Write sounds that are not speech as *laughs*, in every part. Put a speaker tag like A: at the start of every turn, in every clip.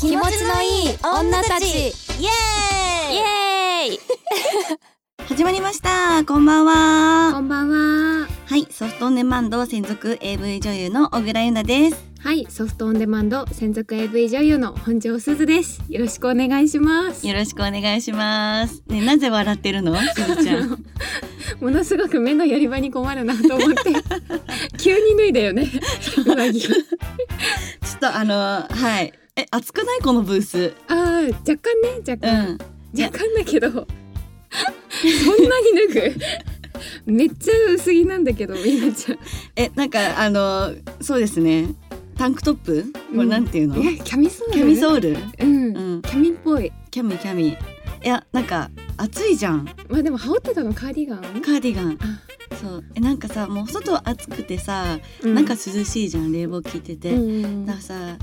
A: 気持ちのいい女たちイエ
B: イエーイ
C: *laughs* 始まりましたこんばん
A: こ
C: は
A: んばんは
C: はい、ソフトオンデマンド専属 AV 女優の小倉優奈です
A: はいソフトオンデマンド専属 AV 女優の本庄すずですよろしくお願いします
C: よろしくお願いしますね、なぜ笑ってるのしずちゃん
A: ものすごく目のやり場に困るなと思って
C: *laughs*
A: 急に脱いだよね上着
C: ちょっとあの、はいえ、暑くないこのブース
A: あー若干ね若
C: う
A: 干、
C: ん
A: 若干だけどそんなに脱ぐ *laughs* めっちゃ薄着なんだけどみなちゃん
C: え、なんかあの、そうですねタンクトップこ
A: う
C: れ
A: ん
C: なんていうの、
A: えキャミソール
C: キャミソール
A: うん、
C: うん
A: キャミっぽい
C: キャミキャミいや、なんか暑いじゃん
A: まあでも羽織ってたのカーディガン
C: カーディガン
A: あ
C: そうえなんかさもう外暑くてさ、
A: う
C: なんか涼しいじゃん冷房効いてて、
A: うん
C: だからさなん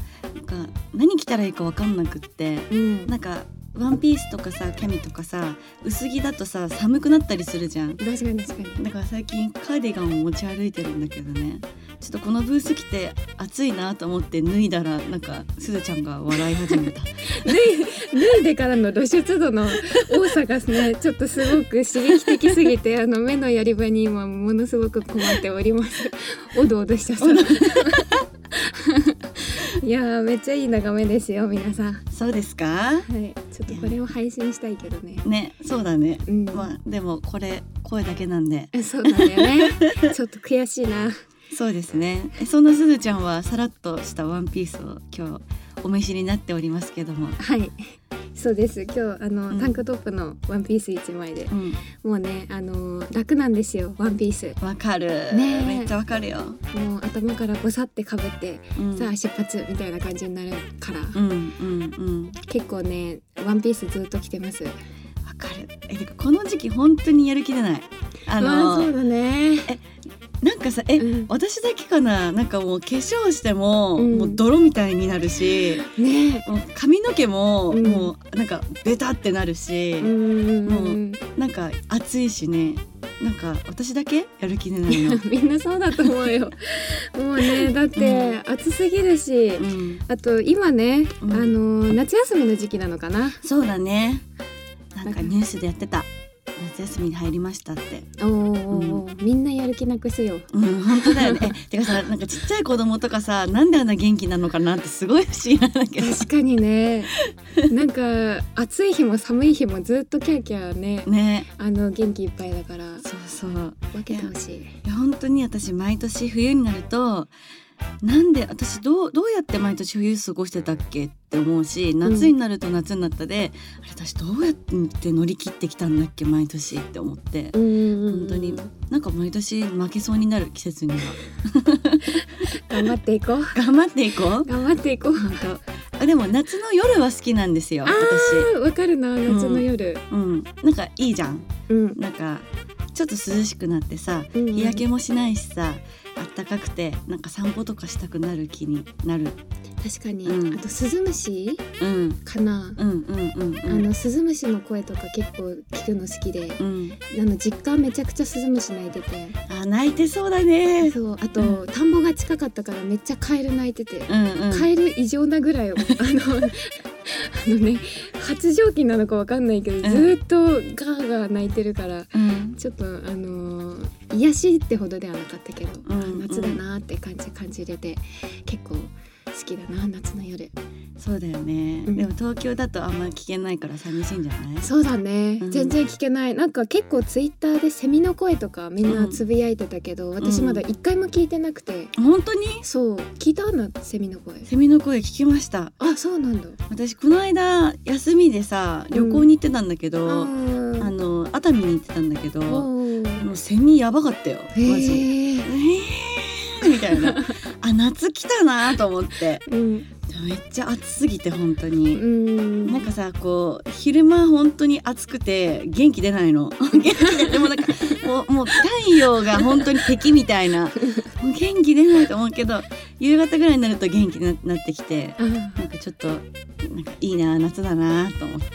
C: か何着たらいいかわかんなくって
A: うん
C: なんかワンピースとかさキャミとかさ薄着だとさ寒くなったりするじゃん
A: 確かに確かに
C: だから最近カーディガンを持ち歩いてるんだけどねちょっとこのブース来て暑いなと思って脱いだらなんかすずちゃんが笑い始め
A: *laughs*
C: た
A: 脱いでからの露出度の多さがね *laughs* ちょっとすごく刺激的すぎてあの目のやり場に今ものすごく困っております *laughs* おどおど *laughs* したさいやーめっちゃいい眺めですよ皆さんは
C: そうですか
A: いちょっとこれを配信したいけどね
C: ねそうだね
A: うん、
C: まあでもこれ声だけなんで
A: そうなんだよ *laughs* ねちょっと悔しいな
C: そうですねえそんなすずちゃんはさらっとしたワンピースを今日お召しになっておりますけども、
A: はいそうです今日あの、
C: うん
A: タンクトップのワンピース1枚で
C: うん、
A: もうねあの楽なんですよワンピース
C: わかる、
A: ねえ
C: めっちゃわかるよ、
A: もう頭からボサってかぶって
C: うん、
A: さあ出発みたいな感じになるから、
C: うんうんうん
A: 結構ねワンピースずっと着てます
C: わかるえてかこの時期本当にやる気出ないあの
A: そうだね
C: なんかさえ、
A: うん
C: 私だけかななんかもう化粧しても、
A: うん
C: もう泥みたいになるし
A: ね
C: もう髪の毛も、
A: うん
C: もうなんかベタってなるし、
A: えうん
C: もなんか暑いしねなんか私だけやる気出ない
A: *laughs*
C: の、
A: みんなそうだと思う
C: *laughs*
A: よもうねだって暑すぎるし、
C: うん、
A: あと今ね、
C: うん
A: あの夏休みの時期なのかな
C: そうだねなんかニュースでやってた夏休みに入りましたって
A: おーおーおー、みんなやる気なくすよ
C: うん本当だよ
A: *laughs*
C: ねえてかさなんかちっちゃい子供とかさなんであんな元気なのかなってすごい不思議なんだけど
A: *laughs* 確かにねなんか暑い日も寒い日もずっとキャーキャーね
C: ね
A: あの元気いっぱいだから
C: そうそう
A: 分けてほしい
C: いや本当に私毎年冬になるとなんで私どうどうやって毎年冬過ごしてたっけって思うし夏になると夏になったで、あれ私どうやって乗り切ってきたんだっけ毎年って思って、
A: うんうんうん
C: 本当になんか毎年負けそうになる季節には *laughs*
A: 頑張っていこう
C: 頑張っていこう
A: 頑張っていこう
C: 本当あでも夏の夜は好きなんですよ
A: あ
C: 私、
A: ーわかるな夏の夜、
C: うん、なんかいいじゃん
A: うん
C: なんかちょっと涼しくなってさ
A: うん
C: 日焼けもしないしさあったかくてなんか散歩とかしたくなる気になる
A: 確かに、
C: うん
A: あとスズムシ
C: うん
A: かな、
C: うんうんうんう
A: あ
C: ん
A: のスズムシの声とか結構聞くの好きで、
C: うん
A: あの実家めちゃくちゃスズムシ鳴いてて、
C: あ泣いてそうだね
A: そうあと、
C: う
A: 田んぼが近かったからめっちゃカエル鳴いてて、
C: うんうん
A: カエル異常なぐら
C: *laughs*
A: いあの *laughs* あのね発情期なのかわかんないけど、ずーっとガーガー鳴いてるから
C: うん
A: ちょっとあのー癒しってほどではなかったけど、
C: うんうん
A: 夏だなーって感じ感じれて結構好きだな夏の夜
C: そうだよね
A: うん
C: でも東京だとあんま聞けないから寂しいんじゃない
A: そうだね、
C: うん
A: 全然聞けないなんか結構ツイッターでセミの声とかみんなつぶやいてたけど、私まだ一回も聞いてなくて、
C: 本当に
A: そう聞いたあんなセミの声
C: セミの声聞きました
A: あそうなんだ
C: 私この間休みでさ旅行に行ってたんだけ
A: あ
C: ど、あ
A: ー
C: の熱海に行ってたんだけど、
A: おー
C: もうセミやばかったよマ
A: へ
C: ジ
A: ー
C: えー、みたいなあ夏来たなと思って
A: うん
C: めっちゃ暑すぎて本当
A: う
C: に、
A: ん
C: なんかさこう昼間本当に暑くて元気出ないの *laughs* 元気出でもなんかもうもう太陽が本当に敵みたいなもう元気出ないと思うけど夕方ぐらいになると元気にななってきて
A: あー
C: なんかちょっとなんかいいな夏だなと思って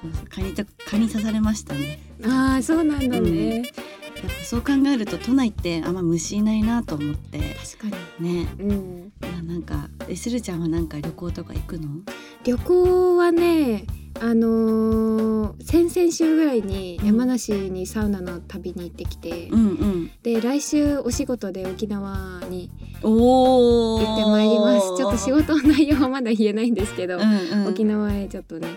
C: そうそう蚊にと蚊に刺されましたね
A: あーそうなんだね、
C: うやっぱそう考えると都内ってあんま虫いないなと思って
A: 確か
C: ね
A: にうん
C: いやなんかええするちゃんはなんか旅行とか行くの？
A: 旅行はねあのー先々週ぐらいに山梨にサウナの旅に行ってきて、
C: んうん。
A: で来週お仕事で沖縄に
C: おお。
A: 行ってまいりますちょっと仕事の内容はまだ言えないんですけ
C: う
A: ど、
C: んうん。
A: 沖縄へちょっとね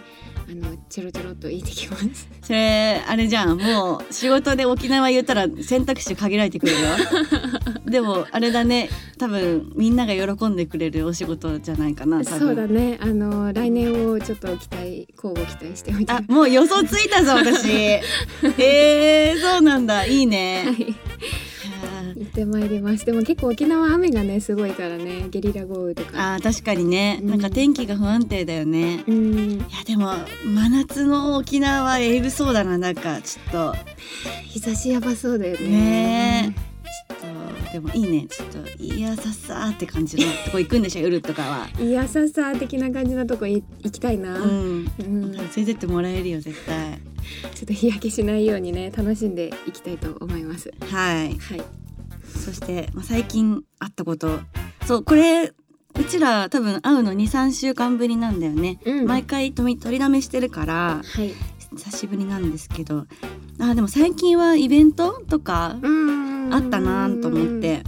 A: あのちょろちょろっと行ってきます
C: それあれじゃんもう仕事で沖縄言ったら選択肢限られて
A: *laughs*
C: くるよでもあれだね多分みんなが喜んでくれるお仕事じゃないかな多分
A: そうだねあの来年をちょっと期待交互期待しておいて
C: あもう予想ついたぞ
A: *laughs*
C: 私えー、そうなんだいい
A: は *laughs*
C: ね
A: い行ってまいりますでも結構沖縄雨がねすごいからねゲリラ豪雨とか
C: あー確かにねなんか天気が不安定だよね
A: うん
C: いやでも真夏の沖縄はえぐそうだななんかちょっと
A: 日差しやばそうだよね
C: ねちょっとでもいいねちょっといやさっさーって感じのとこ行くんでしょ夜とかは。
A: いやささ的な感じのとこい行きたいな、
C: う
A: うん
C: ん連れてってもらえるよ絶対
A: ちょっと日焼けしないようにね楽しんでいきたいと思います
C: はい
A: はい
C: そして、まあ、最近会ったことそうこれうちら多分会うの23週間ぶりなんだよね、
A: うん
C: 毎回とみ取りだめしてるから
A: はい
C: 久しぶりなんですけどあでも最近はイベントとか
A: うん
C: あったなと思って、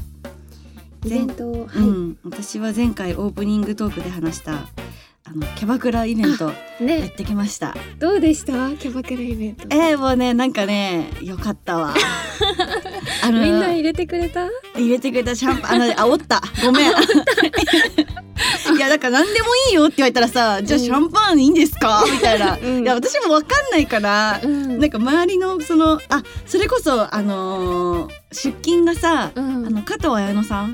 A: イベントはい、
C: うん、私は前回オープニングトークで話したあのキャバクライベントやっ
A: ね
C: てきました
A: どうでしたキャバクライベント
C: えー、もうねなんかねよかった
A: *laughs*
C: わあの
A: みんな入れてくれた
C: 入れてくれたシャンパンあの煽ったごめん *laughs* いやだから何でもいいよって言われたらさじゃあ
A: うん
C: シャンパンいいんですかみたいな、
A: うん
C: いや私も分かんないから、
A: うん
C: なんか周りのそのあそれこそあのー出勤がさ、
A: うん
C: あの加藤綾乃さん
A: おー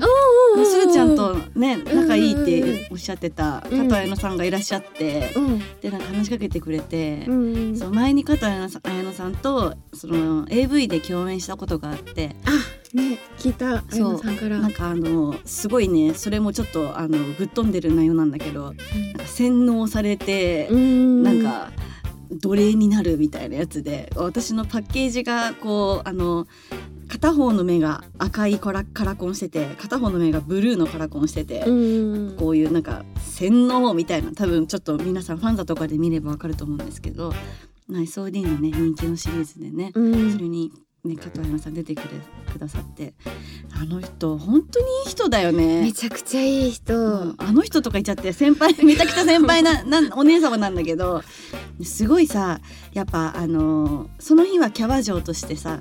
A: おーおー
C: するちゃんとね仲いいっ
A: うんうん
C: ておっしゃってた加藤綾乃さんがいらっしゃって、
A: うん
C: でなんか話しかけてくれて、
A: うん
C: そう前に加藤綾乃さん綾乃さんとその AV で共演したことがあって、
A: あね聞いたあや
C: そう
A: のさんから
C: なんかあのすごいねそれもちょっとあのぶっ飛んでる内容なんだけどなんか洗脳されて
A: う、ん
C: なんか奴隷になるみたいなやつで私のパッケージがこうあの片方の目が赤いカラカラコンしてて片方の目がブルーのカラコンしてて。
A: うん
C: こういうなんか洗脳みたいな多分ちょっと皆さんファンザとかで見ればわかると思うんですけど「ナイス OD」のね人気のシリーズでね
A: う
C: それ
A: ん
C: に、ね、加藤山さん出てくれくださってあの人本当にいい人だよ
A: め
C: ね。
A: ちゃくちゃいい人
C: うんあの人とか言っちゃって先輩めちゃくちゃ先輩な *laughs* なんお姉様なんだけどすごいさやっぱあのーその日はキャバ嬢としてさ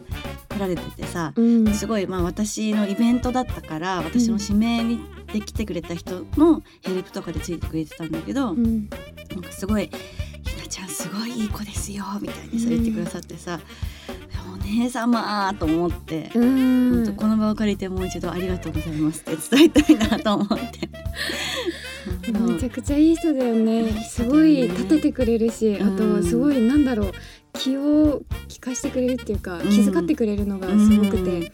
C: 来られててさ
A: うん
C: すごいまあ私のイベントだったから私の指名にで来てくれた人のヘルプとかでついてくれてたんだけど、
A: うん
C: なんかすごい「ひなちゃんすごいいい子ですよ」みたいにさ
A: うん
C: 言ってくださってさ「お姉様」と思って、
A: う
C: ほん
A: ん
C: とこの場を借りてもう一度「ありがとうございます」って伝えたいなと思って。うん
A: めちゃくちゃいい人だよ
C: いい
A: ね
C: 人だよね
A: すごい立ててくれるしあ
C: う
A: と
C: ん
A: すごいなんだろう気を利かしてくれるっていうか
C: ん
A: 気遣ってくれるのがすごく
C: うん
A: て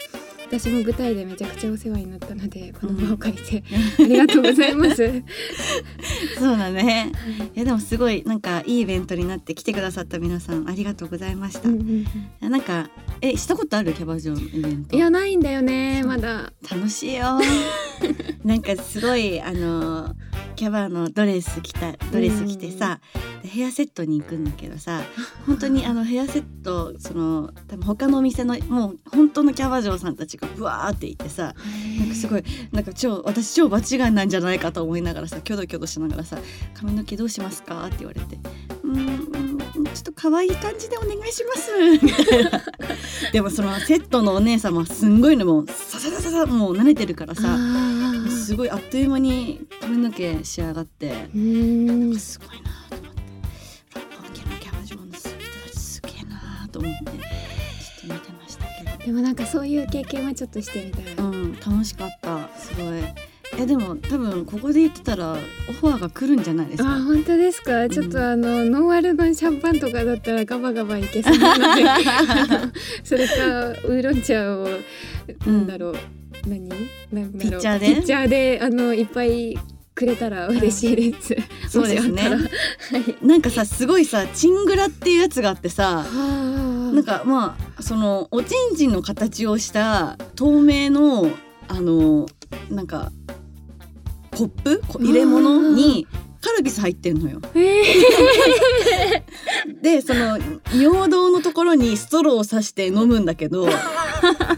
A: 私も舞台でめちゃくちゃお世話になったのでこの場を借りてありがとうございます。はい
C: そうだねいやでもすごいなんかいいイベントになって来てくださった皆さんありがとうございました、
A: うんうんうん
C: なんかえしたことあるキャバ嬢のイベント
A: いやないんだよね
C: そう
A: まだ。
C: 楽しいよなんかすごいあのキャバのドレス着たドレス着てさ、でヘアセットに行くんだけどさ本当にあのヘアセットその多分他のお店のもう本当のキャバ嬢さんたちがブワーっていてさなんかすごいなんか超私超場違いなんじゃないかと思いながらさキョドキョドしながらさ「髪の毛どうしますか?」って言われて「うーんうーんちょっと可愛い感じでお願いします」みたいな
A: *laughs*
C: でもそのセットのお姉様すんごいのもうささささもう慣れてるから
A: あ
C: さ
A: ー
C: すごいあっという間に髪の毛仕上がって
A: うん
C: すごいなと思って六本木のキャバ嬢の人たちすげえなと思ってちょっと見てましたけど。
A: でもなんかそういう経験はちょっとしてみたい。
C: うん、楽しかったすごいえでも多分ここで言ってたらオファーが来るんじゃないです
A: あ
C: か
A: 本当ですか、ちょっとあのノンアルのシャンパンとかだったらガバガバいけそうなので
C: *laughs*
A: それかウーロン茶をなんだろう、何なんだろう
C: ピッチャーで
A: ピッチャーであのいっぱいくれたら嬉しいです、
C: そうですね
A: もしあっ
C: なんかさすごいさチングラっていうやつがあってさ
A: たらはい
C: なんかまあそのおちんちんの形をした透明のあのなんかコップこ入れ物にカルビス入ってんのよ。
A: え
C: でその尿道のところにストローを刺して飲むんだけ
A: *laughs*
C: ど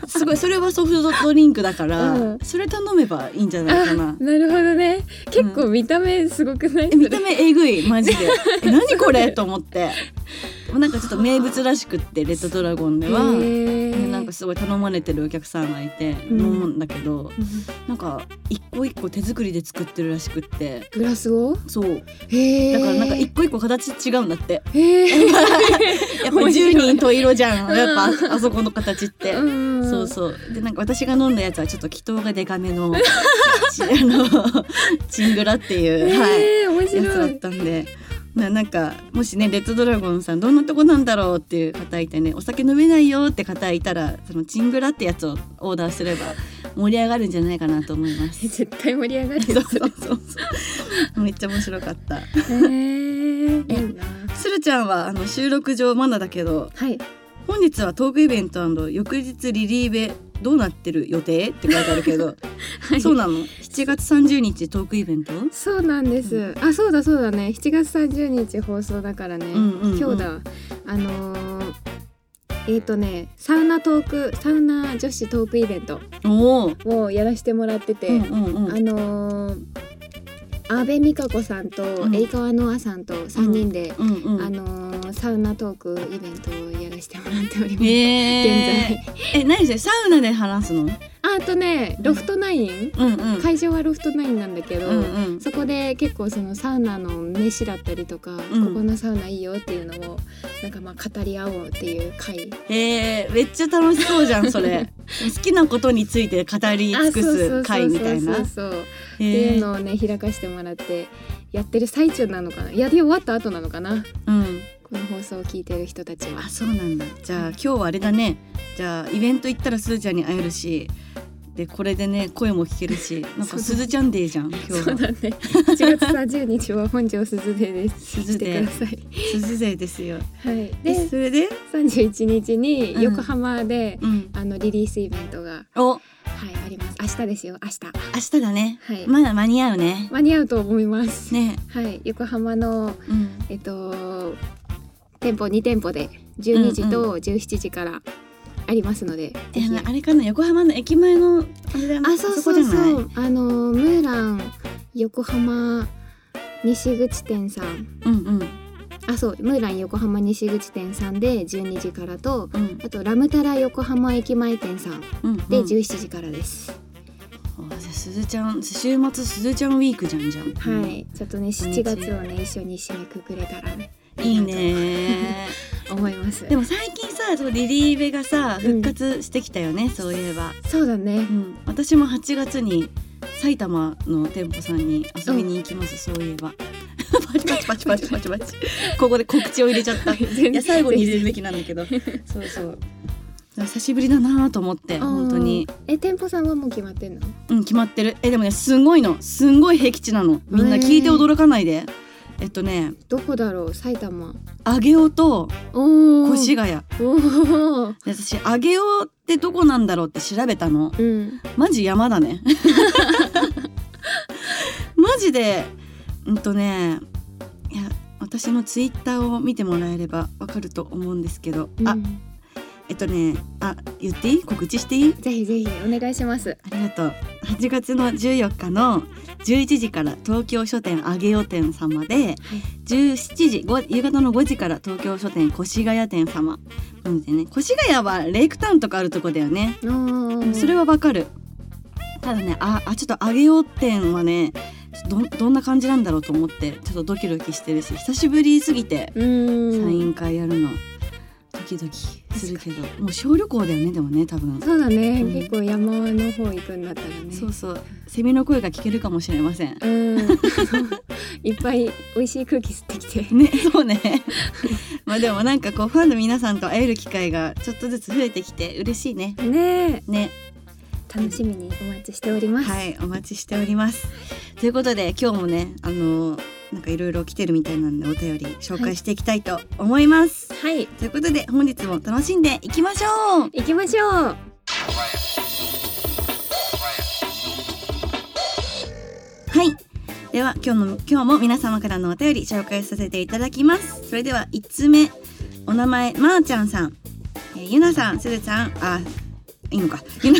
C: すごいそれはソフトドリンクだから、
A: うん
C: それ頼めばいいんじゃないかな
A: ー、。なるほどね結構見た目すごくない、
C: え見た
A: それ
C: 目えぐいマジ
A: *laughs*
C: でえ何これと思ってもうなんかちょっと名物らしくってレッドドラゴンでは、
A: へー
C: なんかすごい頼まれてるお客さんがいて
A: うん
C: 飲むんだけど、
A: うん
C: なんか一個一個手作りで作ってるらしくって
A: グラスを
C: そう
A: へえ
C: だからなんか一個一個形違うんだって、
A: へえ
C: やっぱ
A: 面白い
C: 10人十色じゃん、
A: うん
C: やっぱあそこの形って。
A: *laughs* うん
C: そうそうでなんか私が飲んだやつはちょっと気筒がデカめの *laughs* ちあのチングラっていう、はい、
A: へえ面
C: やつだ
A: 白
C: っ
A: い
C: たんで。まあなんかもしねレッドドラゴンさんどんなとこなんだろうっていう方いてねお酒飲めないよって方いたらそのチングラってやつをオーダーすれば盛り上がるんじゃないかなと思います。
A: 絶対盛り上がる
C: そう
A: よ
C: そうそうそうめっちゃ面白かった。
A: へえいいな
C: スルちゃんはあの収録上まだだけど
A: はい
C: 本日はトークイベント翌日リリーベどうなってる予定って書いてあるけど、
A: はい
C: そうなの7月30日トークイベント、
A: そうなんです、あそうだそうだね7月30日放送だからね、
C: うんうんうん
A: 今日だあのーえっ、とねサウナトークサウナ女子トークイベント
C: おお、
A: をやらせてもらってて、
C: うんうんう
A: あ
C: ん、
A: のー阿部美香子さんと
C: ん
A: 栄川ノアさんと3人で、
C: うんうん
A: あのーサウナトークイベントをやらせてもらっております、
C: えー、
A: 現在
C: え何それサウナで話すの
A: ああとねロフトナイン、
C: うんうん
A: 会場はロフトナインなんだけど、
C: うんうん
A: そこで結構そのサウナの飯だったりとか、
C: ん
A: ここのサウナいいよっていうのをなんかまあ語り合おうっていう会
C: えー、めっちゃ楽しそうじゃんそ
A: *laughs*
C: れ好きなことについて語り尽くす会みたいな
A: そうそうそうそう
C: え
A: ってい
C: ー
A: うのをね開かしてもらってやってる最中なのかないやで終わった後なのかな
C: うん
A: この放送を聞いてる人たちは
C: あそうなんだじゃあ今日はあれだねじゃあイベント行ったらすずちゃんに会えるしでこれでね声も聞けるしなん
A: そ
C: か
A: うだ
C: すずちゃんデーじゃん今日
A: そう
C: は
A: だね7月30日は本庄すずでです
C: すず
A: してく
C: で
A: ださい
C: すず勢ですよ
A: はい
C: で
A: で
C: それで
A: 31日に横浜で、
C: うん
A: あのリリースイベントが
C: お明
A: はいあります明日ですよ明日
C: 日だね
A: はい
C: まだ間に合うね
A: 間に合うと思います。
C: ね
A: はい、横浜の
C: うん
A: えっと店舗2店舗で12時と17時からありますので、
C: え
A: ぜひ
C: あれかな横浜の駅前のあれだよね
A: あそうそう
C: こ
A: そ
C: じゃないう
A: あのムーラン横浜西口店さん
C: うんうん
A: あそうムーラン横浜西口店さんで12時からと
C: うん
A: あとラムタラ横浜駅前店さん
C: うん
A: で
C: うん
A: 17時からです、
C: あじゃあすずちゃん週末すずちゃんウィークじゃんじゃん
A: はいちょっとね7月をね一緒に締めくくれたらね
C: いいね
A: と思います
C: でも最近さそのリリーベがさ
A: う
C: 復
A: ん
C: 活してきたよね、そういえば、
A: そうだね、
C: うん、私も8月に埼玉の店舗さんに遊びに行きます、そういえ
A: *laughs*
C: ばパチパチパチパチパチパチここで告知を入れちゃったい
A: い
C: や最後に入れるべきなんだ
A: *laughs*
C: けどそうそう久しぶりだなと思って本当に
A: あーえ店舗さんはもう決まってんの
C: うん決まってるえでもねすごいのすんごい僻地なのみんな聞いて驚かないでえっとね
A: どこだろう埼玉
C: 上尾と
A: おお
C: 越谷で
A: おー
C: 私上尾ってどこなんだろうって調べたの
A: うん
C: マジ山だ
A: *laughs*
C: ねマジでうんとねいや私のツイッターを見てもらえればわかると思うんですけど、
A: う
C: あ
A: ん
C: えっとねあ言っていい告知していい
A: ぜひぜひお願いします
C: ありがとう8月の14日の11時から東京書店上尾店様で17時ご夕方の5時から東京書店越谷店様なのでね越谷はレイクタウンとかあるとこだよね
A: おー
C: それはわかるただねああちょっと上げよう店はねちょっとどんどんな感じなんだろうと思ってちょっとドキドキしてるし久しぶりすぎて
A: うーん
C: サイン会やるのドキドキするけどもう小旅行だよねでもね多分
A: そうだね、
C: うん
A: 結構山の方行くんだったらね
C: そうそうセミの声が聞けるかもしれません
A: うん
C: *laughs*
A: いっぱい美味しい空気吸ってきて
C: ね *laughs* そうねまあでもなんかこうファンの皆さんと会える機会がちょっとずつ増えてきて嬉しいね
A: ねえ
C: ね
A: 楽しみにお待ちしております
C: はい、お待ちしております。ということで、今日もね、あのーなんかいろいろ来てるみたいなんで、お便り紹介していきたいと思います。
A: はい
C: ということで、本日も楽しんでいきましょう。
A: 行きましょう
C: はい、では今日の今日も皆様からのお便り紹介させていただきますそれでは1つ目お名前まー、ちゃんさん、えーゆなさんすずさんあいいのかゆ
A: *laughs*
C: な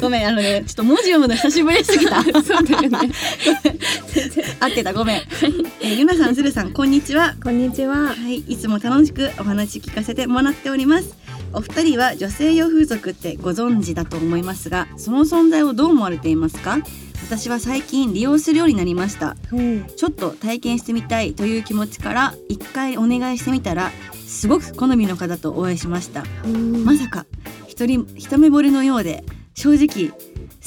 C: ごめんあのねちょっと文字読むの久しぶりすぎた
A: *laughs* そうだよね。
C: 合ってたごめん、えーゆなさんすずさんこんにちは
A: こんにち
C: は
A: は。
C: い、いつも楽しくお話聞かせてもらっております。お二人は女性用風俗ってご存知だと思いますが、その存在をどう思われていますか私は最近利用するようになりました。
A: うん。
C: ちょっと体験してみたいという気持ちから一回お願いしてみたら、すごく好みの方とお会いしました。まさか、一人、一目惚れのようで、正直、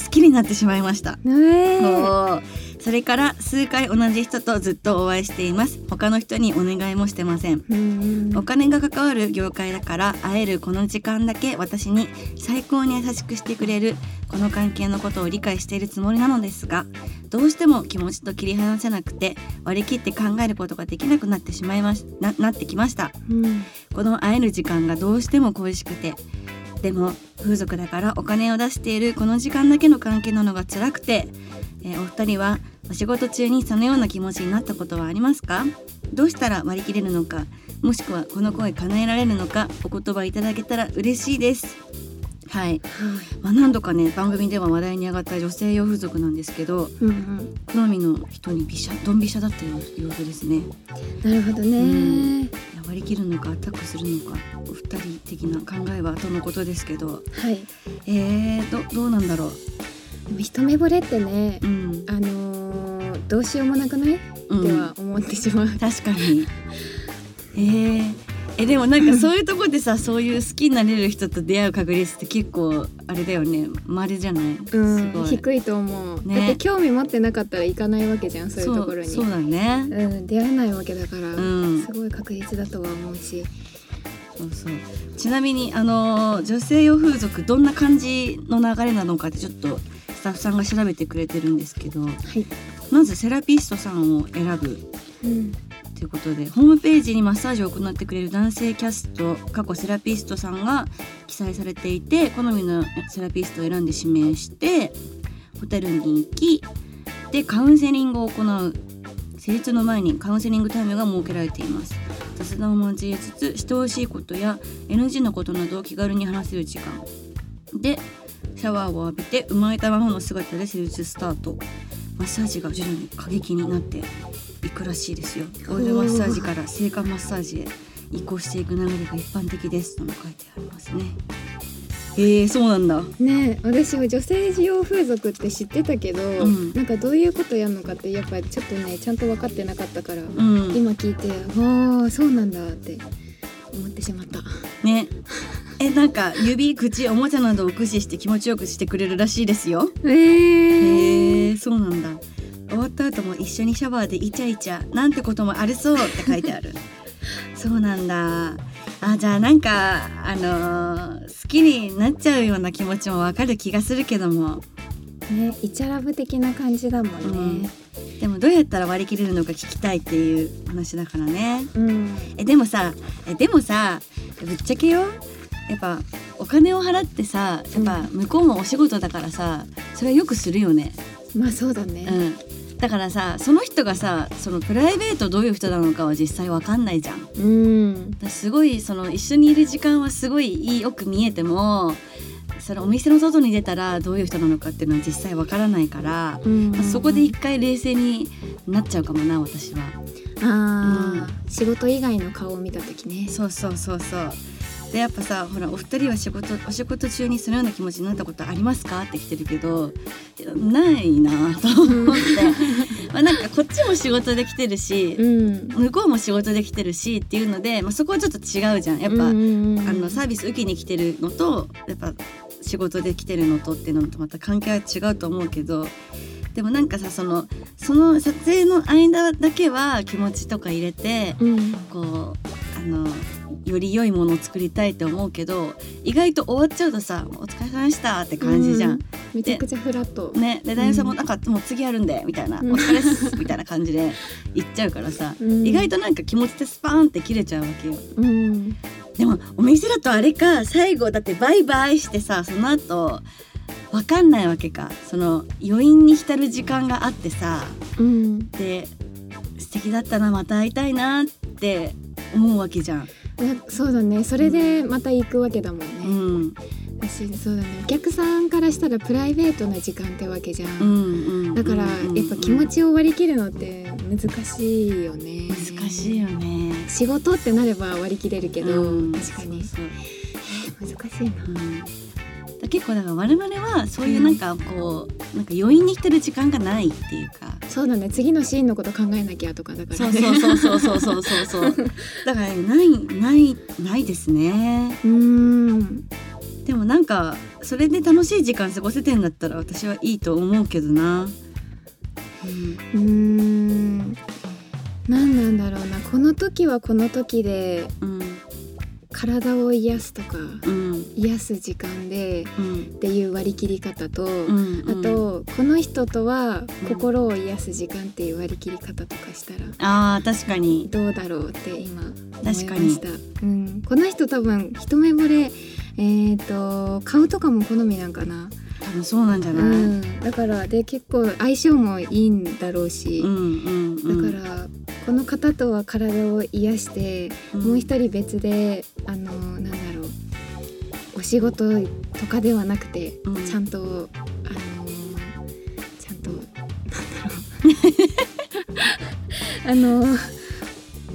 C: 好きになってしまいました。
A: ねえ。
C: おーそれから数回同じ人とずっとお会いしています。他の人にお願いもしてません。
A: うん
C: お金が関わる業界だから会えるこの時間だけ私に最高に優しくしてくれるこの関係のことを理解しているつもりなのですがどうしても気持ちと切り離せなくて割り切って考えることができなくなってしまいましななってきました
A: うん。
C: この会える時間がどうしても恋しくてでも風俗だからお金を出しているこの時間だけの関係なのが辛くて、えーお二人はお仕事中にそのような気持ちになったことはありますかどうしたら割り切れるのかもしくはこの声叶えられるのかお言葉いただけたら嬉しいですはい、
A: はい。
C: まあ、何度かね番組では話題に上がった女性用風俗なんですけど
A: うんうん。
C: 好みの人にびしゃドンびしゃだったよう様子ですね
A: なるほどね。
C: うんいや割り切るのかアタックするのかお二人的な考えはとのことですけど
A: はい。
C: えー、どどうなんだろう
A: でも一目惚れってね
C: う、ん、
A: あのーどうしようもなくない、
C: うん、
A: では思ってしまう。
C: 確かにえー、えでもなん
A: *laughs*
C: かそういうとこでさそういう好きになれる人と出会う確率って結構あれだよねまれじゃない、
A: うん
C: すご、い
A: 低いと思う、
C: ね
A: だって興味持ってなかったら行かないわけじゃんそういうところに
C: そうそうだね
A: うん、出会えないわけだから、
C: うん
A: すごい確率だとは思うし
C: そうそうちなみにあのー女性用風俗どんな感じの流れなのかってちょっとスタッフさんが調べてくれてるんですけど
A: はい、
C: まずセラピストさんを選ぶ
A: うん、
C: ということでホームページにマッサージを行ってくれる男性キャスト過去セラピストさんが記載されていて好みのセラピストを選んで指名してホテルに行きでカウンセリングを行う施術の前にカウンセリングタイムが設けられています雑談を交えつつしてほしいことや NG のことなどを気軽に話せる時間でシャワーを浴びて生まれたままの姿で施術スタートマッサージが徐々に過激になっていくらしいですよオイルマッサージから性感マッサージへ移行していく流れが一般的ですとも書いてありますねえー、そうなんだ
A: ねえ私は女性用風俗って知ってたけど、
C: ん
A: なんかどういうことやるのかってやっぱちょっとねちゃんと分かってなかったから、
C: うん
A: 今聞いてああそうなんだって思ってしまった
C: ねえなんか指口おもちゃなどを駆使して気持ちよくしてくれるらしいですよ
A: え
C: へ
A: ー、
C: えー、そうなんだ終わった後も一緒にシャワーでイチャイチャなんてこともありそうって書いてあ *laughs* るそうなんだあじゃあなんかあのー好きになっちゃうような気持ちもわかる気がするけども
A: ねイチャラブ的な感じだもんね
C: でもどうやったら割り切れるのか聞きたいっていう話だからね
A: うん、
C: えでもさえでもさぶっちゃけよやっぱお金を払ってさやっぱ向こうもお仕事だからさそれはよくするよね
A: まあそうだ
C: う
A: ね、
C: んだからさその人がさそのプライベートどういう人なのかは実際わかんないじゃんだか
A: うん、
C: らすごいその一緒にいる時間はすごいいいよく見えてもそのお店の外に出たらどういう人なのかっていうのは実際わからないから
A: うん
C: まあそこで一回冷静になっちゃうかもな私は
A: あー、仕事以外の顔を見た時ね
C: そうそうそうそうでやっぱさほらお二人は仕事お仕事中にそのような気持ちになったことありますかって来てるけどいやないなと
A: *laughs*
C: 思ってまあなんかこっちも仕事で来てるし、
A: うん
C: 向こうも仕事で来てるしっていうので、まあ、そこはちょっと違うじゃんやっぱ、あのサービス受けに来てるのとやっぱ仕事で来てるのとっていうのとまた関係は違うと思うけどでもなんかさそのその撮影の間だけは気持ちとか入れて
A: うん
C: こうあのより良いものを作りたいと思うけど意外と終わっちゃうとさ「お疲れ様でした」って感じじゃん。
A: めちゃくちゃフラット、
C: ね、で男優さん
A: う
C: も「
A: ん
C: なんかもう次やるんで」みたいな「お
A: うん
C: 疲れっす」みたいな感じで行っちゃうからさ、
A: うん
C: 意外となんか気持ちってスパーンって切れちゃうわけよ。
A: うん
C: でもお店だとあれか最後だってバイバイしてさその後わ分かんないわけかその余韻に浸る時間があってさ
A: うん、
C: で素敵だったなまた会いたいなって思うわけじゃん。
A: なそうだねそれでまた行くわけだもんね、
C: うん
A: 私そうだねお客さんからしたらプライベートな時間ってわけじゃん、
C: うんうん、
A: だからや
C: うん
A: っぱ気持ちを割り切るのって難しいよね
C: 難しいよね。
A: 仕事ってなれば割り切れるけど、
C: うん
A: 確かに
C: そうそう
A: 難しいな
C: うんだから結構だから我々はそういうなんかこうなんか余韻に浸る時間がないっていうか。
A: そうだね次のシーンのこと考えなきゃとかだから
C: そう
A: ね
C: そう
A: *laughs*
C: そうそうそうそうそうそう。 *laughs* だからねないないないですね。
A: うーん
C: でもなんかそれで楽しい時間過ごせてんだったら私はいいと思うけどな。うん
A: うーん何なんだろうなこの時はこの時で
C: うん
A: 体を癒すとか
C: うん
A: 癒す時間で
C: うん
A: っていう割り切り方と、
C: うん。
A: あとこの人とは心を癒す時間っていう割り切り方とかしたら
C: ああ確かに。
A: どうだろうって今思いま
C: 確かに
A: した、うん、この人多分一目惚れえっ、と顔とかも好みなんかな、
C: 多分そうなんじゃ
A: う
C: ない。うん
A: ん、だからで結構相性もいいんだろうし、
C: うんうん。
A: だからこの方とは体を癒して、
C: ら
A: もう一人別であのなんだろうお仕事とかではなくて、
C: うん
A: ちゃんとあのちゃんとなんだろう *laughs* あの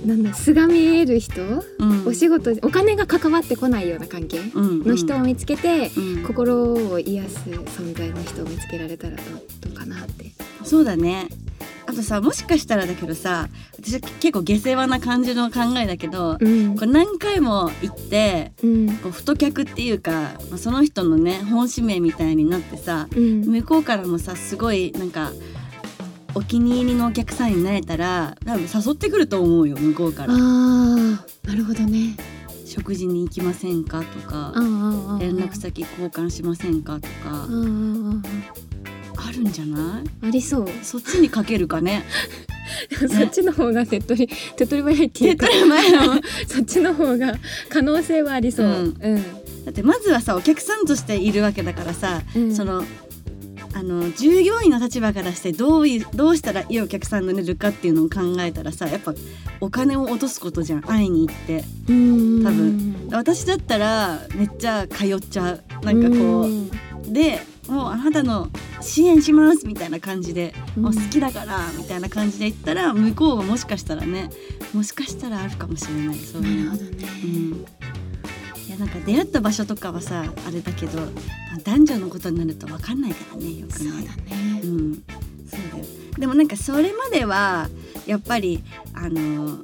A: なんだ素が見える人、
C: うん
A: お仕事お金が関わってこないような関係の人を見つけて、
C: うんうん
A: 心を癒す存在の人を見つけられたらどうどうかなって。
C: そうだねあとさもしかしたらだけどさ私は結構下世話な感じの考えだけど、
A: うん
C: これ何回も行って
A: うん
C: こう太客っていうか、まあ、その人のね本指名みたいになってさ
A: うん
C: 向こうからもさすごいなんかお気に入りのお客さんになれたら多分誘ってくると思うよ向こうから
A: ああなるほどね。
C: 食事に行きませんかとか
A: ああ
C: 連絡先交換しませんかとか
A: ああ
C: あるんじゃない
A: ありそう。
C: そっちにかけるかね
A: *laughs* そっちの方が手っ取り手っ取り早いってい
C: 手
A: う
C: っ
A: か
C: 取り早いの
A: *laughs* そっちの方が可能性はありそう。
C: うんだってまずはさお客さんとしているわけだからさ、
A: うん
C: そのあの従業員の立場からしてどういうどうしたらいいお客さんになれるかっていうのを考えたらさやっぱお金を落とすことじゃん会いに行って
A: うん
C: 多分私だったらめっちゃ通っちゃうなんかこうでもうあなたの支援しますみたいな感じで、
A: うん
C: もう好きだからみたいな感じで言ったら向こうはもしかしたらねもしかしたらあるかもしれないそう
A: な
C: いう
A: る
C: の
A: ほどね。
C: うんいやなんか出会った場所とかはさあれだけど、まあ男女のことになると分かんないからねよく
A: そうだ
C: ね。
A: ね
C: う。ん、そうだよでもなんかそれまではやっぱりあの向こ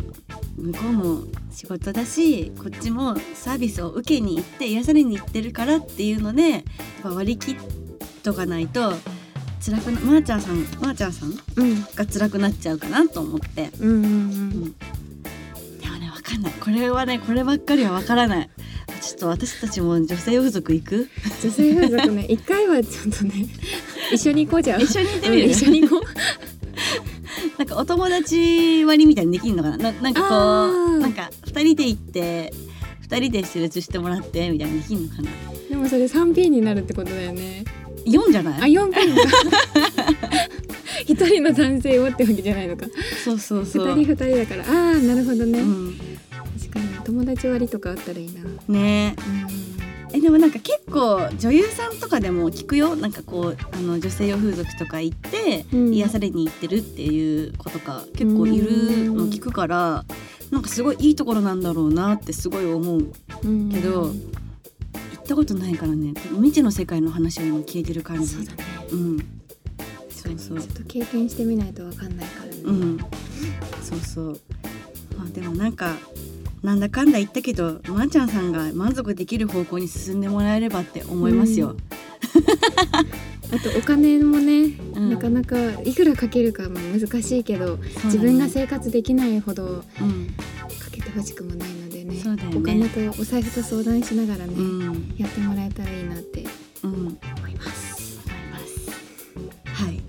C: うも仕事だしこっちもサービスを受けに行って癒されに行ってるからっていうのでやっぱ割り切っとかないと辛くなまー、ちゃんさんまー、ちゃんさん
A: うん
C: が辛くなっちゃうかなと思って
A: うんう
C: うんんでもねわかんないこれはねこればっかりはわからないちょっと私たちも女性風俗行く
A: 女性風
C: *laughs*
A: 俗ね一回はちょっとね一緒に行こうじゃん。
C: 一緒に行ってみ
A: う
C: る
A: ん一緒に行こ
C: *laughs*
A: う。
C: なんかお友達割りみたいにできるのかなななんかこ
A: あー
C: うなんか2人で行って2人で施術してもらってみたいにできるのかな
A: でもそれ三 P になるってことだよね。
C: 4じゃな
A: あ
C: い
A: 四 P か。 *laughs* 一人の男性をってわけじゃないのか。
C: そうそうそう、
A: 二人二人だから。ああなるほどね。
C: うん、
A: 確かに友達割とかあったらいいな。
C: ね
A: う
C: えでもなんか結構女優さんとかでも聞くよなんかこうあの女性用風俗とか行って、
A: うん
C: 癒されに行ってるっていう子とか結構いるの聞くからなんかすごいいいところなんだろうなってすごい思う
A: うん
C: けど
A: うん
C: 行ったことないからね未知の世界の話を今聞いてる感じ
A: そうだね。
C: うん
A: 確かにち
C: そ
A: ょ
C: う
A: っ
C: そう
A: と経験してみないとわかんないからね。
C: うん、そうそう。まあでもなんかなんだかんだ言ったけど、まー、ちゃんさんが満足できる方向に進んでもらえればって思いますよ。
A: あとお金もね、
C: うん
A: なかなかいくらかけるかも難しいけど、
C: そうだね
A: 自分が生活できないほど
C: うん、
A: かけてほしくもないのでね。
C: そうだよね
A: お金とお財布と相談しながらね、
C: うん、
A: やってもらえたらいいなって
C: うん、思い
A: 思
C: *laughs*
A: います。
C: ます。はい。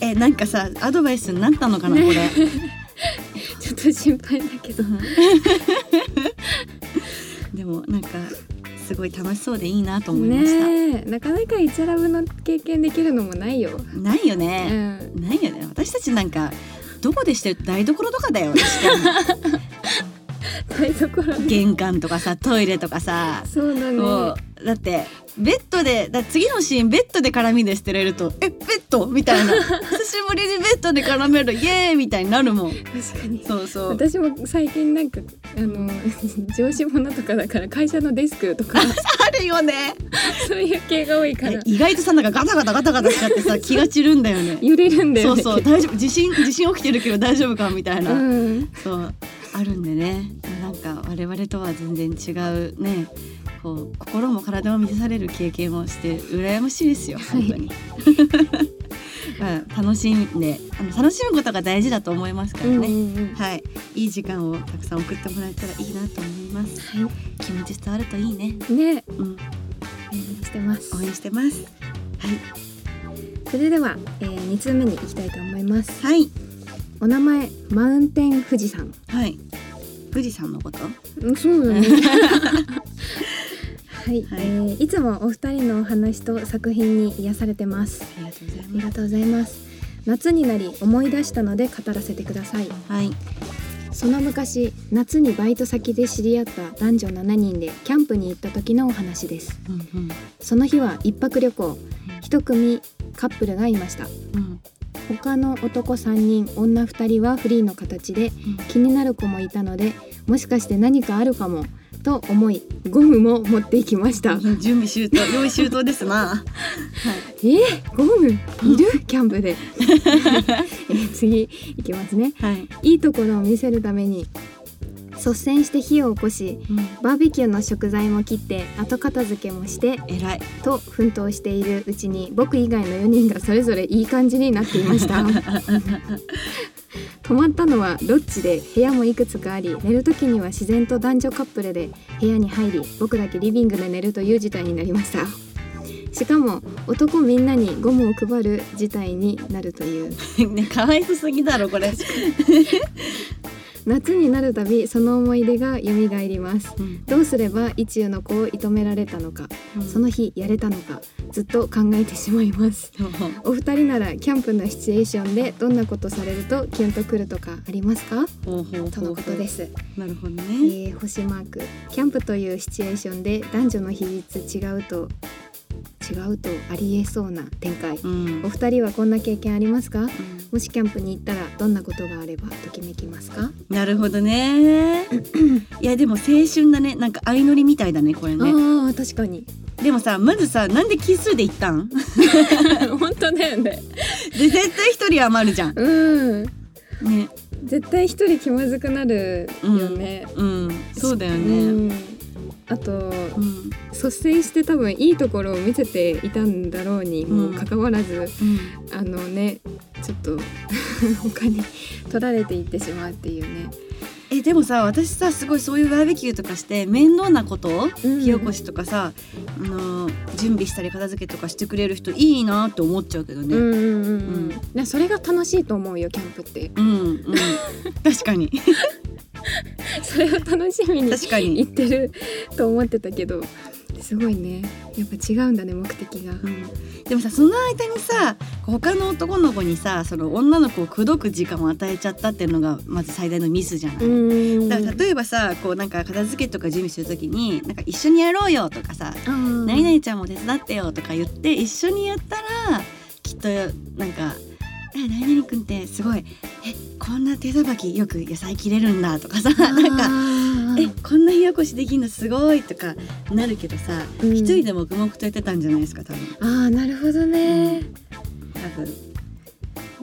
C: え、なんかさ、アドバイスになったのかな、これ。
A: *laughs* ちょっと心配だけど。
C: でもなんかすごい楽しそうでいいなと思いました、
A: ねえなかなかイチャラブの経験できるのもないよ。
C: ないよ
A: う
C: ね、
A: ん、
C: ないよね私たちなんかどこでしてる台所とかだよ私多分
A: 台所ね。
C: 玄関とかさ *laughs* トイレとかさ
A: そうな
C: も
A: の。
C: うだってベッドでだ次のシーンベッドで絡みで捨てられるとえベッドみたい
A: *laughs*
C: な久しぶりにベッドで絡めるイエーイみたいになるもん
A: 確かに。
C: そうそう
A: 私も最近なんかあの *laughs* 上司者とかだから会社のデスク *laughs* とか
C: あるよね
A: そういう系が多いか
C: え
A: ら
C: 意外とさなんかガタガタガタガタしちゃって
A: *laughs*
C: さ気が散るんだよね
A: 揺れるんだ
C: そ
A: よ
C: う
A: ね。
C: そう大丈夫地震地震起きてるけど大丈夫かみたいな、
A: うん、
C: そうあるんでねなんか我々とは全然違うねこう心も体も満たされる経験をして羨ましいですよ本当に、 *laughs* まあ、楽しんであの楽しむことが大事だと思いますから
A: うんうん
C: ね、
A: うん
C: はいいい時間をたくさん送ってもらえたらいいなと思います、
A: は
C: 気持ち伝わるといいね
A: ね
C: うん
A: 応援してます
C: 応。援してます
A: それでは、えー、2通目に行きたいと思います。
C: はい
A: お名前マウンテン富士山。
C: はい富士山のこと
A: うんそうだね。 *laughs* はい、
C: はい
A: えーいつもお二人のお話と作品に癒されてます。
C: ありがとうござい
A: ありがとうございます。夏になり思い出したので語らせてください。
C: はい
A: その昔、夏にバイト先で知り合った男女7人でキャンプに行った時のお話です。
C: うん
A: その日は一泊旅行、一組カップルがいました。
C: うんうん
A: 他の男3人、女2人はフリーの形で気になる子もいたので、もしかして何かあるかもと思い、ゴムも持っていきました。
C: うん準備周到用意周到ですな
A: えー、ゴムいるキャンプで。えー次いきますね。
C: はい、
A: いいところを見せるために率先して火を起こし
C: うん
A: バーベキューの食材も切って後片付けもして
C: 偉い
A: と奮闘しているうちに僕以外の4人がそれぞれいい感じになっていました泊まったのはロッジで部屋もいくつかあり寝る時には自然と男女カップルで部屋に入り僕だけリビングで寝るという事態になりましたしかも男みんなにゴムを配る事態になるという
C: ねかわいそすぎだろこれ、
A: 夏になるたびその思い出が蘇りますどうすれば一遊の子を射止められたのかその日やれたのかずっと考えてしまいます
C: そう
A: お二人ならキャンプのシチュエーションでどんなことされるとキュンとくるとかありますか
C: ほうほうほう
A: とのことです、
C: なるほど
A: え
C: ね、
A: ー、星マークキャンプというシチュエーションで男女の比率違うと違うとありえそうな展開
C: うんうん
A: お二人はこんな経験ありますかもしキャンプに行ったらどんなことがあればときめきますか、
C: なるほどねいやでも青春だねなんか相乗りみたいだねこれね
A: ああ確かに
C: でもさまずさなんで奇数で行ったんで
A: *laughs* 本当だよね
C: 絶対一人余るじゃん
A: うん
C: ね
A: 絶対一人気まずくなるよね。
C: うんそうだよ
A: う
C: ね
A: んあと
C: うん
A: 率先して多分いいところを見せていたんだろうにも
C: うん
A: かかわらず、
C: うん
A: あのねちょっと *laughs* 他に取られていってしまうっていうね。
C: えでもさ私さすごいそういうバーベキューとかして面倒なことを
A: うん
C: 火起こしとかさ、あのー準備したり片付けとかしてくれる人いいなって思っちゃうけど
A: うん
C: ね。
A: うんうん
C: う
A: うんん、ねそれが楽しいと思うよキャンプって。
C: *laughs* うん、うん、
A: *laughs*
C: 確かに
A: それを楽しみに
C: 確か
A: *laughs* 行
C: に。
A: ってると思ってたけどすごいねやっぱ違うんだね目的が。
C: うん、でもさその間にさ他の男の子にさその女の子を口説く時間を与えちゃったっていうのがまず最大のミスじゃない。
A: ん
C: だから例えばさこうなんか片付けとか準備するときになんか一緒にやろうよとかさ
A: あー
C: 何々ちゃんも手伝ってよとか言って一緒にやったらきっとなんか「え何々くんってすごいえこんな手さばきよく野菜切れるんだ」とかさなんか「
A: あ
C: え
A: ー
C: こんな火起こしできるのすごい」とかなるけどさ一、
A: うん
C: 人で黙々とやってたんじゃないですか多分。
A: あーなるほどね。
C: 多分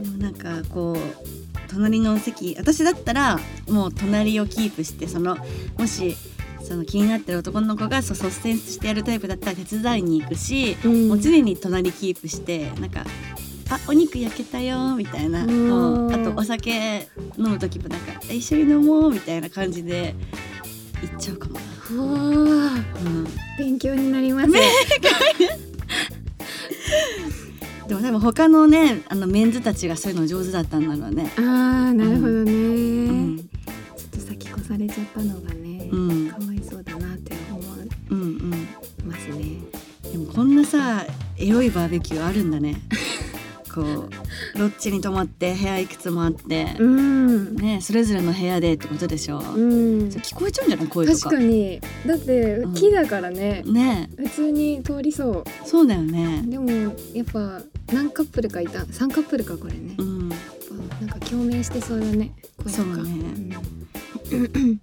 C: でもなんかこう隣の席私だったらもう隣をキープしてそのもしその気になってる男の子がそう率先してやるタイプだったら手伝いに行くし、
A: うん
C: もう常に隣キープしてなんか「あお肉焼けたよ」みたいな
A: うん
C: もうあとお酒飲む時もなんか「一緒に飲もう」みたいな感じで行っちゃうかもな。
A: はあ
C: うん
A: 勉強になります。
C: でも多分他のねあのメンズたちがそういうの上手だったんだろうね。
A: ああなるほどね、
C: うん、
A: ちょっと先越されちゃったのがね、
C: うん
A: かわいそうだなって思う。
C: うんうんさエロいバーベキューあるんだね
A: *laughs*
C: こうロッチに泊まって部屋いくつもあって、
A: うん、
C: ねそれぞれの部屋でってことでしょ、
A: うん、
C: 聞こえちゃうんじゃない声と
A: 確
C: か
A: かにだって
C: ん
A: 木だからね、
C: ね
A: 普通に通りそう
C: えそうだよね
A: でもやっぱ何カップルかいた3カップルかこれね
C: う、ん
A: やっぱなんか共鳴してそうだね声と
C: そう
A: か
C: ね
A: ん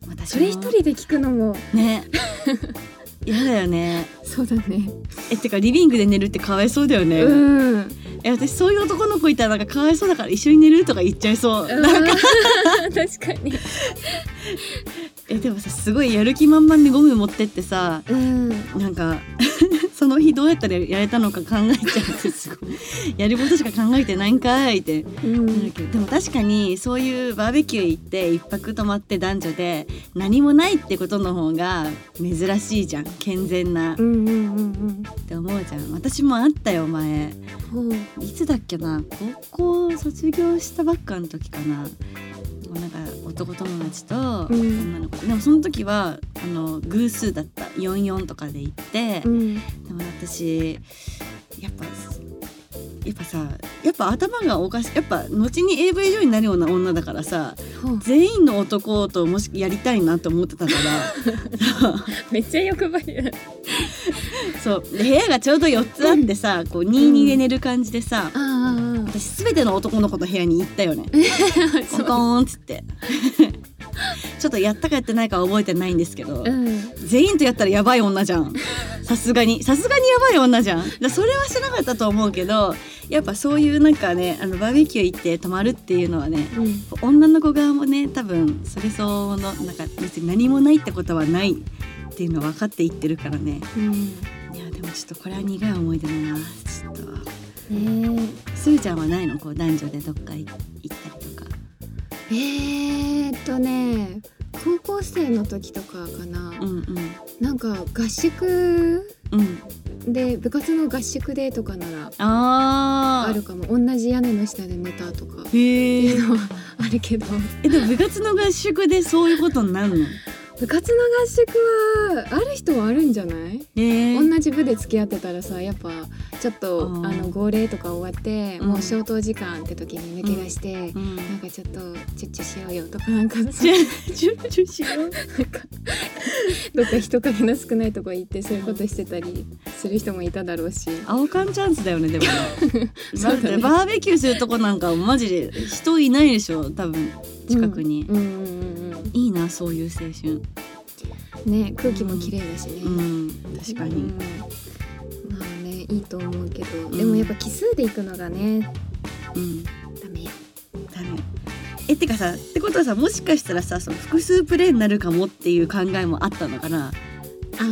C: 私も
A: それ一人で聞くのも
C: ね *laughs* 嫌だよね
A: そうだね
C: えてかリビングで寝るってかわいそうだよね、
A: うん
C: え私そういう男の子いたらなんかかわいそうだから一緒に寝るとか言っちゃいそう、
A: なんか *laughs* 確かに
C: えでもさすごいやる気満々でゴム持ってってさ
A: うん
C: なんか *laughs* その日どうやったらやれたのか考えちゃってすごいやることしか考えてないんかいって
A: うん
C: なるけどでも確かにそういうバーベキュー行って一泊泊まって男女で何もないってことの方が珍しいじゃん健全なっ
A: うんうんうん
C: て思うじゃん私もあったよ前
A: うんほう
C: いつだっけな高校卒業したばっかの時かなもうなんか男友達と
A: うん
C: 女の子、でもその時はあの偶数だった44とかで行って、
A: うん
C: でも私やっぱやっぱさやっぱ頭がおかしいやっぱ後に AV 女優になるような女だからさ
A: ほう
C: 全員の男ともしやりたいなと思ってたから
A: めっちゃ欲張りだ
C: そうで部屋がちょうど4つあってさこう22で寝る感じでさ、
A: ああ
C: 私全ての男の子の部屋に行ったよねコンコーンっつって *laughs* ちょっとやったかやってないかは覚えてないんですけど、
A: うん
C: 全員とやったらやばい女じゃんさすがにさすがにやばい女じゃんだからそれはしなかったと思うけどやっぱそういうなんかねあのバーベキュー行って泊まるっていうのはね
A: うん
C: 女の子側もね多分それ相応のなんか別に何もないってことはないっていうのは分かっていってるからね
A: うん
C: いやでもちょっとこれは苦い思い出だなちょっと
A: ねえ
C: すーちゃんはないのこう男女でどっか行ったりとか
A: えー、っとね高校生の時とかかな、
C: うん
A: なんか合宿
C: うんうん
A: で部活の合宿でとかなら
C: あー
A: あるかも同じ屋根の下で寝たとかって
C: へ
A: い
C: え
A: うのはあるけど
C: えでも部活の合宿でそういうことになるの
A: 部活の合宿はある人はあるんじゃない
C: へえ
A: 同じ部で付き合ってたらさやっぱちょっと
C: あー
A: あの号令とか終わって、
C: うん
A: もう消灯時間って時に抜け出して、 *laughs*
C: うん
A: なんかちょっとチュッチュしようよとかなんか
C: チ
A: そ
C: *laughs* ュ
A: うなん
C: ッチュッチュしろ
A: かどっか人影の少ないとこ行ってそういうことしてたりする人もいただろうし。
C: 青缶チャンスだよねでもね
A: *laughs* そ
C: だ
A: う
C: っ
A: だ
C: て
A: ね
C: バーベキューするとこなんかマジで人いないでしょ多分近くに、
A: うんうんうんうん
C: いいなそういう青春
A: ね空気も綺麗だしね、
C: うん確かに、
A: うんまあねいいと思うけど、
C: ん
A: でもやっぱ奇数で行くのがね
C: うんだ
A: ダメよ
C: ねえってかさってことはさもしかしたらさその複数プレイになるかもっていう考えもあったのかな
A: あ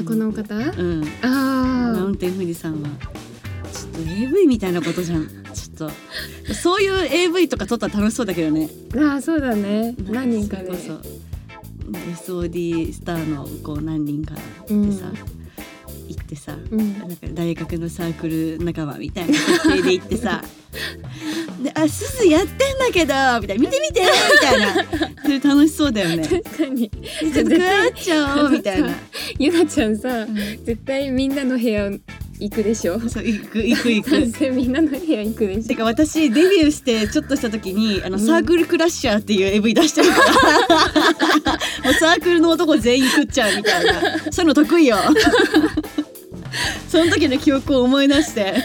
A: この方、あ
C: うんマウ
A: あ
C: ンテン富士さんはちょっと AV みたいなことじゃんちょっとそういう AV とか撮ったら楽しそうだけどね
A: ーあーそうだね何人かで、
C: それこそ SOD スターのこう何人かでさ、
A: うん
C: 行ってさ
A: うん
C: なんか大学のサークル仲間みたいな設定で行ってさ *laughs* 「であすずやってんだけど」みたいな「見て見て」みたいなそれ楽しそうだ
A: *laughs*
C: よね。ちょ
A: 確かに
C: っと食わっちゃおうみたいな。
A: ゆなちゃんさ、絶対みんなの部屋行くでしょ
C: そう行く行く行く
A: 賛。成みんなの部屋行くで
C: て
A: しょ
C: か私デビューしてちょっとした時にあの、
A: うん
C: サークルクラッシャーっていう AV 出してるから *laughs* もうサークルの男全員食っちゃうみたいなそういうの得 *laughs* 意よその時の記憶を思い出して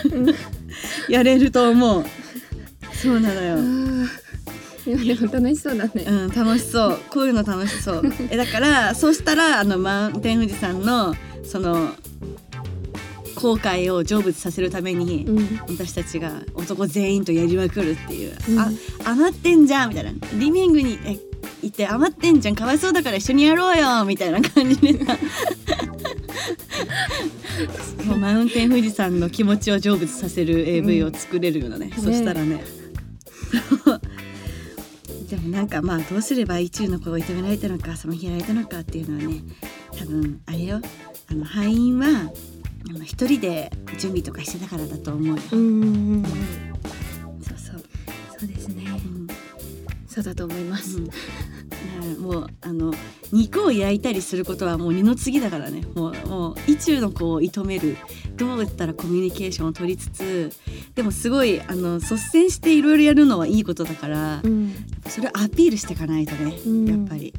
C: やれると思うそうなの
A: あ
C: よ、
A: ーでも楽しそうだね
C: うん、楽しそうこういうの楽しそうえだからそうしたらあのマウンテン富士山のその後悔を成仏させるために、
A: うん
C: 私たちが男全員とやりまくるっていう、
A: うん
C: あ余ってんじゃんみたいなリビングにえいて余ってんじゃんかわいそうだから一緒にやろうよみたいな感じで
A: *laughs*
C: さもうマウンテン富士山の気持ちを成仏させる AV を作れるようなね、
A: うん
C: そしたらねでもなんかまあどうすれば一流の子を認められたのかその日やられたのかっていうのはね多分あれよあの敗因はあの一人で準備とかしてたからだと思うよ。
A: うんうんうん
C: そうそう。
A: そうですね
C: うん。
A: そうだと思います、
C: うんはいもうあの肉を焼いたりすることはもう二の次だからねもうもう意中の子を射止めるどうやったらコミュニケーションを取りつつでもすごいあの率先していろいろやるのはいいことだから
A: うん、
C: それをアピールしていかないとね、
A: うん
C: やっぱり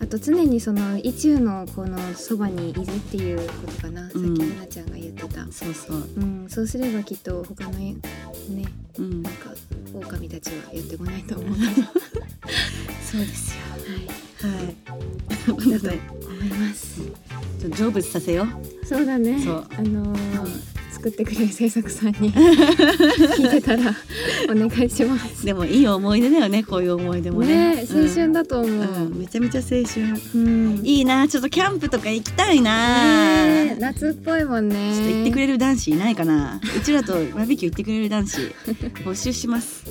A: あと常にその意中のこのそばにいるっていうことかな、
C: うん
A: さっきルナちゃんが言ってた、
C: そうそう、
A: うん、そうすればきっと他のね
C: うん
A: な、んか狼たちは寄ってこないと思う、は
C: そうですよ
A: い、
C: はいごめんな *laughs* さい
A: 思います
C: ちょっと成仏させよう、
A: そうだね
C: そう
A: あのー
C: うん
A: 作ってくれる制作さん
C: *laughs*
A: に聞いてたらお願いします
C: でもいい思い出だよねこういう思い出もね
A: ね青春だと思
C: う
A: う、
C: ん、うんめちゃめちゃ青春
A: うん
C: いいなちょっとキャンプとか行きたいな、
A: ねえ夏っぽいもんね
C: ちょっと行ってくれる男子いないかなうちらとバ *laughs* ーベキュー行ってくれる男
A: *laughs*
C: 子募集します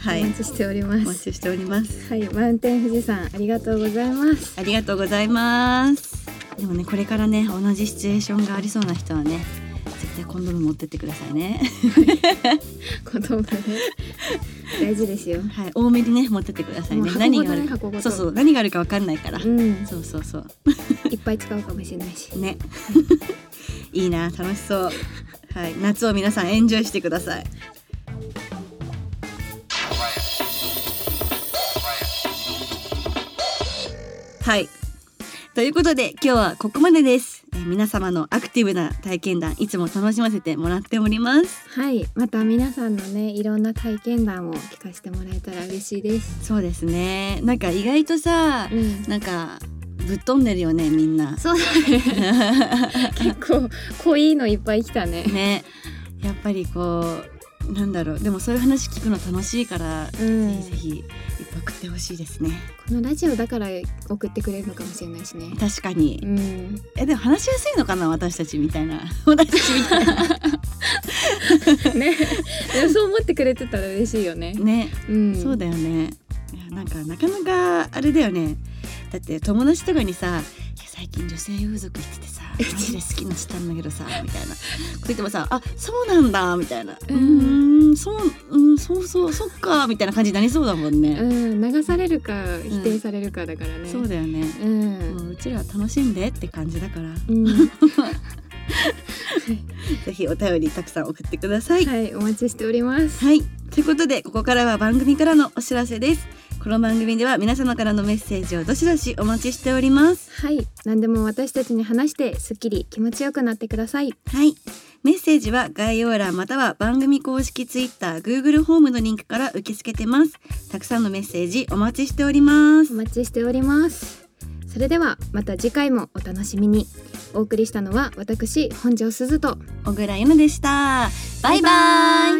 C: は
A: お
C: い
A: 待ちしておりま
C: 募
A: す
C: 集しております
A: はいマウンテン富士山ありがとうございます
C: ありがとうございますでもねこれからね同じシチュエーションがありそうな人はね絶対コンドーム持ってってくださいね *laughs*
A: 言葉ね大事ですよ
C: はい多めにね持ってってください
A: もう
C: ね
A: 箱
C: 何
A: ごと
C: がある
A: ね箱ごと
C: そうそう何があるかわかんないから、
A: うん
C: そうそうそう
A: いっぱい使うかもしれないし
C: ね *laughs* いいな楽しそうはい夏を皆さんエンジョイしてくださいはいということで今日はここまでです、えー皆様のアクティブな体験談いつも楽しませてもらっております
A: はいまた皆さんのねいろんな体験談を聞かせてもらえたら嬉しいです
C: そうですねなんか意外とさ *laughs*
A: うん
C: なんかぶっ飛んでるよねみんな
A: そうだね結構濃いのいっぱい来たね
C: ねやっぱりこうなんだろうでもそういう話聞くの楽しいから
A: う
C: ぜ
A: ん
C: ひぜひいっぱい送ってほしいですね。
A: このラジオだから送ってくれるのかもしれないしね
C: 確か
A: う
C: に。
A: ん
C: えでも話しやすいのかな私たちみたいな *laughs* 私たちみたいな
A: ねでも *laughs* そう思ってくれてたら嬉しいよね
C: ね、
A: うん
C: そうだよね。いやなんかなかなかあれだよね。だって友達とかにさ「いや最近女性風俗行ってて
A: *laughs*
C: さマジで好きになっちゃったんだけどさ」みたいな。こう言ってもさ「あそうなんだ」みたいな「う
A: うん
C: んそううんそうそうそっか」みたいな感じになりそうだもんね。
A: うん流されるか否定されるかだからね、
C: そうだよね。
A: うん
C: もううちらは楽しんでって感じだから、
A: うん、
C: ぜひお便りたくさん送ってください。
A: はい、お待ちしております。
C: はい。ということで、ここからは番組からのお知らせです。この番組では皆様からのメッセージをどしどしお待ちしております。
A: はい、何でも私たちに話して、すっきり気持ちよくなってください。
C: はい。メッセージは概要欄または番組公式 Twitter、Google ホームのリンクから受け付けてます。たくさんのメッセージお待ちしておりま
A: お
C: す。
A: 待ちしております。それでは、また次回もお楽しみに。お送りしたのは、私、本庄すずと。
C: 小倉優奈でした。バイバイ。